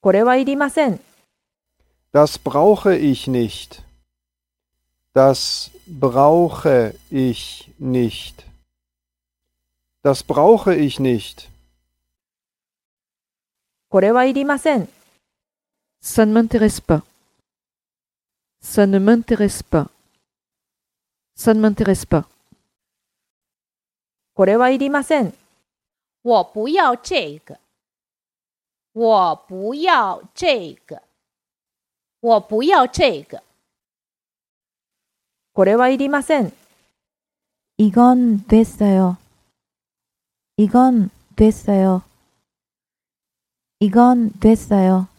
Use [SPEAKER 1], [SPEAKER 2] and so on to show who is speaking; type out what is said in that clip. [SPEAKER 1] これはいりません。
[SPEAKER 2] Das brauche ich nicht. Das brauche ich nicht. Das brauche ich nicht.
[SPEAKER 1] これはいりません。
[SPEAKER 3] Ça ne m'intéresse pas. Ça ne m'intéresse pas. Ça ne m'intéresse pas.
[SPEAKER 1] これはいりません。
[SPEAKER 4] 我不要这个。我不要这个。我不要这个。
[SPEAKER 1] これはいりません。
[SPEAKER 5] 이건 됐어요. 이건 됐어요. 이건 됐어요.